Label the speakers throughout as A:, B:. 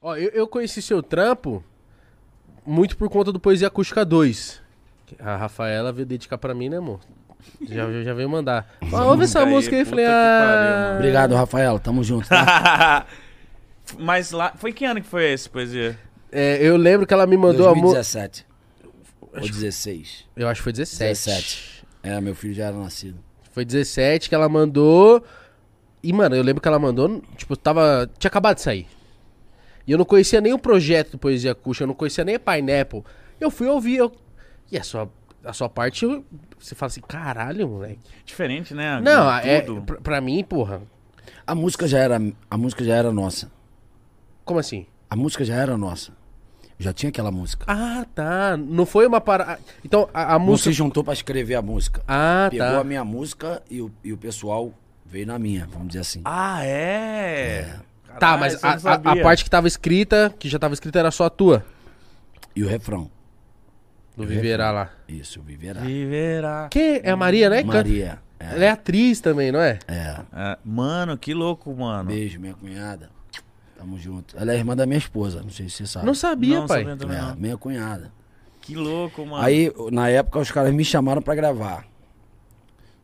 A: Ó, eu, eu conheci seu trampo muito por conta do Poesia Acústica 2. A Rafaela veio dedicar pra mim, né, amor? Já, já veio mandar. Ó, ouve essa
B: Aí,
A: música aí,
B: puta
A: falei,
B: que pariu,
A: ah...
B: mano.
C: Obrigado, Rafaela. Tamo junto. Tá?
B: Mas lá. Foi que ano que foi esse, poesia?
A: É, eu lembro que ela me mandou a música...
C: 2017. Ou 16.
A: Eu acho que foi 17.
C: 17. É, meu filho já era nascido.
A: Foi 17 que ela mandou. E, mano, eu lembro que ela mandou, tipo, tava. Tinha acabado de sair. E eu não conhecia nem o projeto do Poesia Acústica, eu não conhecia nem a Pineapple. Eu fui ouvir, eu. E a sua, a sua parte, eu- você fala assim, caralho, moleque.
B: Diferente, né?
A: Não,
B: Tudo.
A: é, pra, pra mim, porra.
C: A música já era, a música já era nossa.
A: Como assim?
C: A música já era nossa. Já tinha aquela música.
A: Ah, tá. Não foi uma parada. Então, a, a
C: Não se
A: música.
C: juntou pra escrever a música.
A: Ah,
C: Pegou
A: tá.
C: a minha música e o, e o pessoal veio na minha, vamos dizer assim.
B: Ah, é? Caralho,
A: Tá, mas
B: isso
A: a,
B: eu não
A: a- a
B: sabia.
A: parte que tava escrita, que já tava escrita, era só a tua.
C: E o refrão.
A: Do Viverá lá.
C: Isso, viverá.
B: Viverá.
A: Que é a Maria, né? que canta?
C: Maria. É,
A: Ela é atriz também, não é?
C: é.
B: Ah, mano, que louco, mano.
C: Beijo, minha cunhada. Tamo junto. Ela é irmã da minha esposa, Ah, não sei se você sabe.
A: Não sabia,
B: não,
A: pai.
B: sabia também
C: é,
B: não.
C: minha cunhada.
B: Que louco, mano.
C: Aí, na época, os caras me chamaram pra gravar.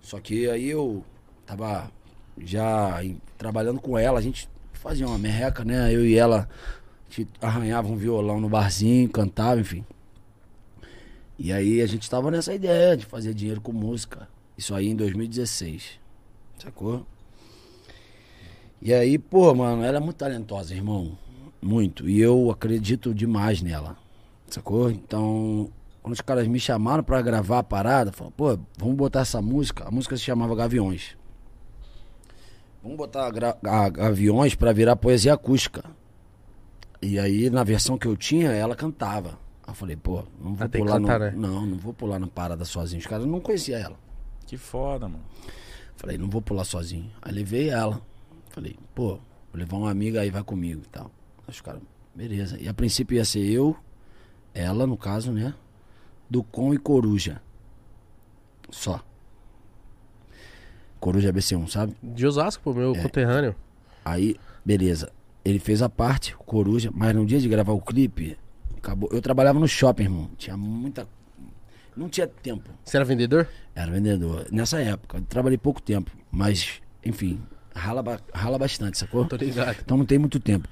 C: Só que aí eu tava já em- trabalhando com ela, a gente fazia uma merreca, né? Eu e ela a gente arranhava um violão no barzinho, cantava, enfim. E aí a gente tava nessa ideia de fazer dinheiro com música. Isso aí em 2016. Sacou? E aí, pô, mano, ela é muito talentosa, irmão. Muito. E eu acredito demais nela. Sacou? Então, quando os caras me chamaram pra gravar a parada, falaram, pô, vamos botar essa música. A música se chamava Gaviões. Vamos botar a gra- a Gaviões pra virar poesia acústica. E aí, na versão que eu tinha, ela cantava. Aí Eu falei, pô, não vou
A: Ah, tem que
C: pular. no-
A: cantar, né?
C: Não, não vou pular na parada sozinho. Os caras não conheciam ela.
B: Que foda, mano.
C: Falei, não vou pular sozinho. Aí levei ela. Falei, pô, vou levar uma amiga aí, vai comigo e tal. Aí os caras, beleza. E a princípio ia ser eu, ela, no caso, né? Ducon e Coruja. Só. Coruja BC1, sabe?
A: De Osasco, pô, meu conterrâneo.
C: Aí, beleza. Ele fez a parte, o Coruja, mas no dia de gravar o clipe, acabou. Eu trabalhava no shopping, irmão. Tinha muita. Não tinha tempo.
A: Você era vendedor?
C: Era vendedor. Nessa época, eu trabalhei pouco tempo, mas, enfim, rala, ba- rala bastante, sacou?
A: Tô ligado.
C: Então não tem muito tempo.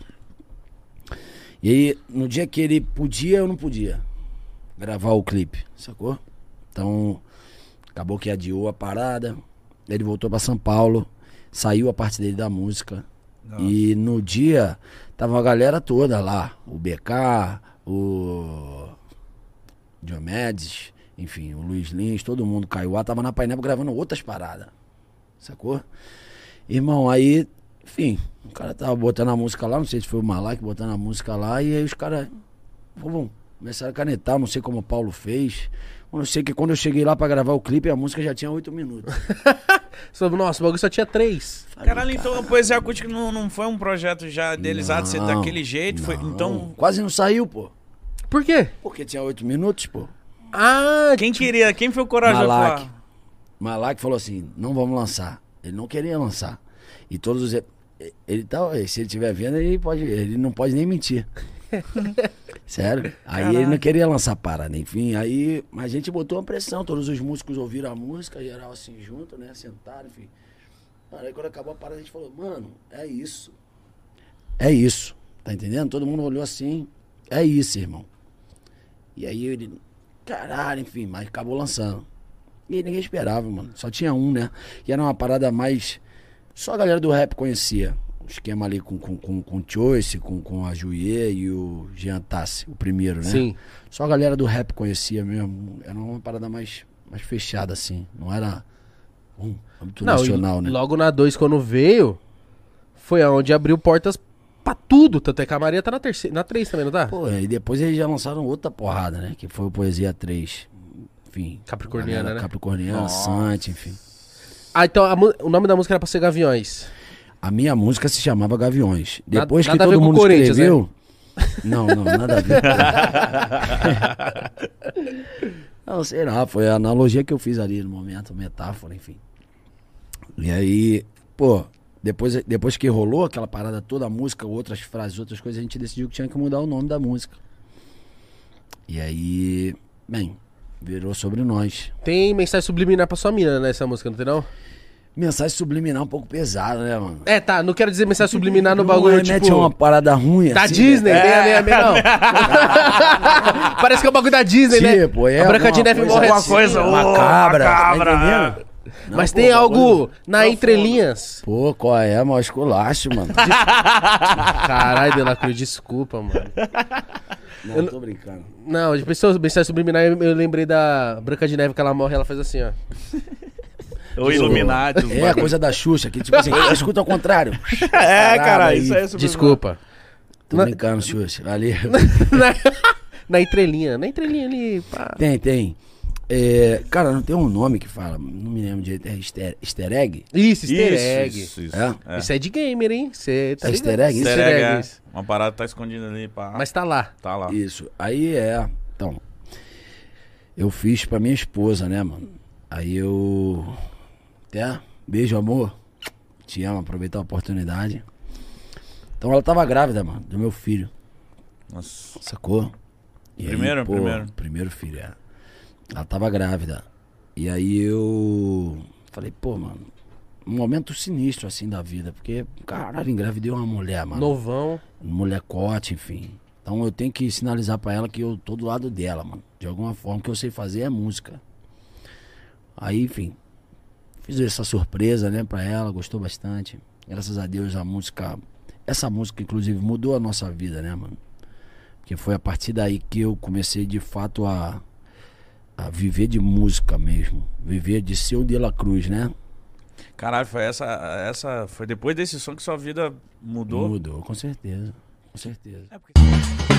C: E aí, no dia que ele podia, eu não podia gravar o clipe, sacou? Então, acabou que adiou a parada. Ele voltou pra São Paulo, saiu a parte dele da música. E no dia, tava a galera toda lá. O BK, o Diomedes, enfim, o Luiz Lins, todo mundo caiu lá. Tava na painel gravando outras paradas, sacou? Irmão, aí, enfim, o cara tava botando a música lá, não sei se foi o Malak botando a música lá, e aí os caras vamos, começaram a canetar, não sei como o Paulo fez. Eu não sei que quando eu cheguei lá pra gravar o clipe, a música já tinha oito minutos.
A: Você falou, Nossa, o bagulho só tinha três.
B: Caralho, então a poesia acústica não, não foi um projeto já idealizado ser
C: Não,
B: daquele jeito? Foi,
C: não,
B: então,
C: Quase não saiu, pô.
A: Por quê?
C: Porque tinha oito minutos, pô.
A: Ah,
B: quem queria? Quem foi o corajoso?
C: Malak.
B: lá?
C: Malak falou assim: não vamos lançar. Ele não queria lançar. E todos os. Ele tá, se ele estiver vendo, ele, pode, ele não pode nem mentir. Sério? Aí ele não queria lançar parada, enfim. Aí mas a gente botou uma pressão. Todos os músicos ouviram a música, geral assim, junto, né? Sentaram, enfim. Mano, aí quando acabou a parada, a gente falou: mano, é isso. É isso. Tá entendendo? Todo mundo olhou assim. É isso, irmão. E aí ele, caralho, enfim, mas acabou lançando. E aí ninguém esperava, mano. Só tinha um, né? E era uma parada mais. Só a galera do rap conhecia. O esquema ali com, com, com, com o Choice, com, com a Juiê e o Jean Tassi, o primeiro, né?
A: Sim.
C: Só a galera do rap conhecia mesmo. Era uma parada mais, mais fechada, assim. Não era um âmbito
A: não, e
C: nacional, né?
A: logo na dois quando veio, foi aonde abriu portas pra tudo. Tanto é que a Maria tá na, terceira, na três também, não tá?
C: Pô, e depois eles já lançaram outra porrada, né? Que foi o Poesia 3. Enfim.
A: Capricorniana,
C: galera
A: né?
C: Capricorniana, Sante, enfim.
A: Ah, então a mu- o nome da música era pra ser Gaviões.
C: A minha música se chamava Gaviões.
A: Na-
C: Depois
A: nada a
C: que
A: ver
C: todo
A: com
C: mundo
A: Corinthians, né?
C: escreveu. Não, não, nada a ver. não, sei lá, foi a analogia que eu fiz ali no momento, metáfora, enfim. E aí, pô, Depois, depois que rolou aquela parada toda, a música, outras frases, outras coisas, a gente decidiu que tinha que mudar o nome da música. E aí, bem, virou sobre nós.
A: Tem mensagem subliminar pra sua mina nessa música, não tem não?
C: Mensagem subliminar um pouco pesada, né, mano?
A: É, tá, não quero dizer mensagem subliminar no bagulho,
C: Não é, né,
A: tipo...
C: tinha uma parada ruim
A: Da
C: assim,
A: Disney,
C: né?
A: tem a minha, minha não. Parece que é o bagulho da Disney, né?
C: Tipo, é
A: a Branca de
C: alguma
A: Neve
C: coisa
A: morre
B: Uma
C: assim,
B: coisa,
C: ó,
B: ô,
C: macabra, tá
B: macabra.
C: entendendo? Não,
A: Mas
C: pô,
A: tem
C: bagulho-
A: algo na entrelinhas.
C: Pô, qual é, mó esculacho, mano?
A: Caralho, Delacruz, desculpa, mano.
C: Não, tô brincando.
A: Não, de pessoa mensagem subliminar, eu eu lembrei da Branca de Neve que ela morre, ela faz assim, ó.
B: O Illuminati. os
C: É, a
B: bagulho.
C: coisa da Xuxa, que tipo assim, escuta ao contrário.
B: É,
C: Parada
B: cara,
C: aí.
B: isso é sobre
A: Desculpa.
C: Tô
A: Na-
C: brincando, Xuxa. Valeu.
A: na, na entrelinha, na entrelinha ali, pá.
C: tem, tem. É, cara, não tem um nome que fala, não me lembro direito, é easter, easter egg?
A: Isso, easter
B: Isso,
A: egg.
B: isso, isso.
C: É?
B: É.
A: Isso é de gamer, hein? Cê, tá
C: É easter egg?
A: Easter
B: Easter egg,
A: egg,
B: é.
A: isso.
B: Uma parada tá escondida ali, pá.
A: Mas tá lá.
B: tá lá.
C: Isso. Aí é. Então, eu fiz pra minha esposa, né, mano? Aí eu. Até. Beijo, amor. Te amo, aproveitar a oportunidade. Então ela tava grávida, mano, do meu filho.
B: Nossa.
C: Sacou? E
B: Primeiro, primeiro.
C: Primeiro filho, é. Ela tava grávida. E aí eu falei, pô, mano, um momento sinistro assim da vida, porque, caralho, engravidei uma mulher, mano.
A: Novão.
C: Um molecote, enfim. Então eu tenho que sinalizar pra ela que eu tô do lado dela, mano. De alguma forma, o que eu sei fazer é música. Aí, enfim, fiz essa surpresa, né, pra ela, gostou bastante. Graças a Deus a música, essa música inclusive mudou a nossa vida, né, mano? Porque foi a partir daí que eu comecei de fato a, a viver de música mesmo, viver de ser o De La Cruz, né?
B: Caralho, foi essa, essa. Foi depois desse som que sua vida mudou.
C: Mudou, com certeza. Com certeza.
B: É porque-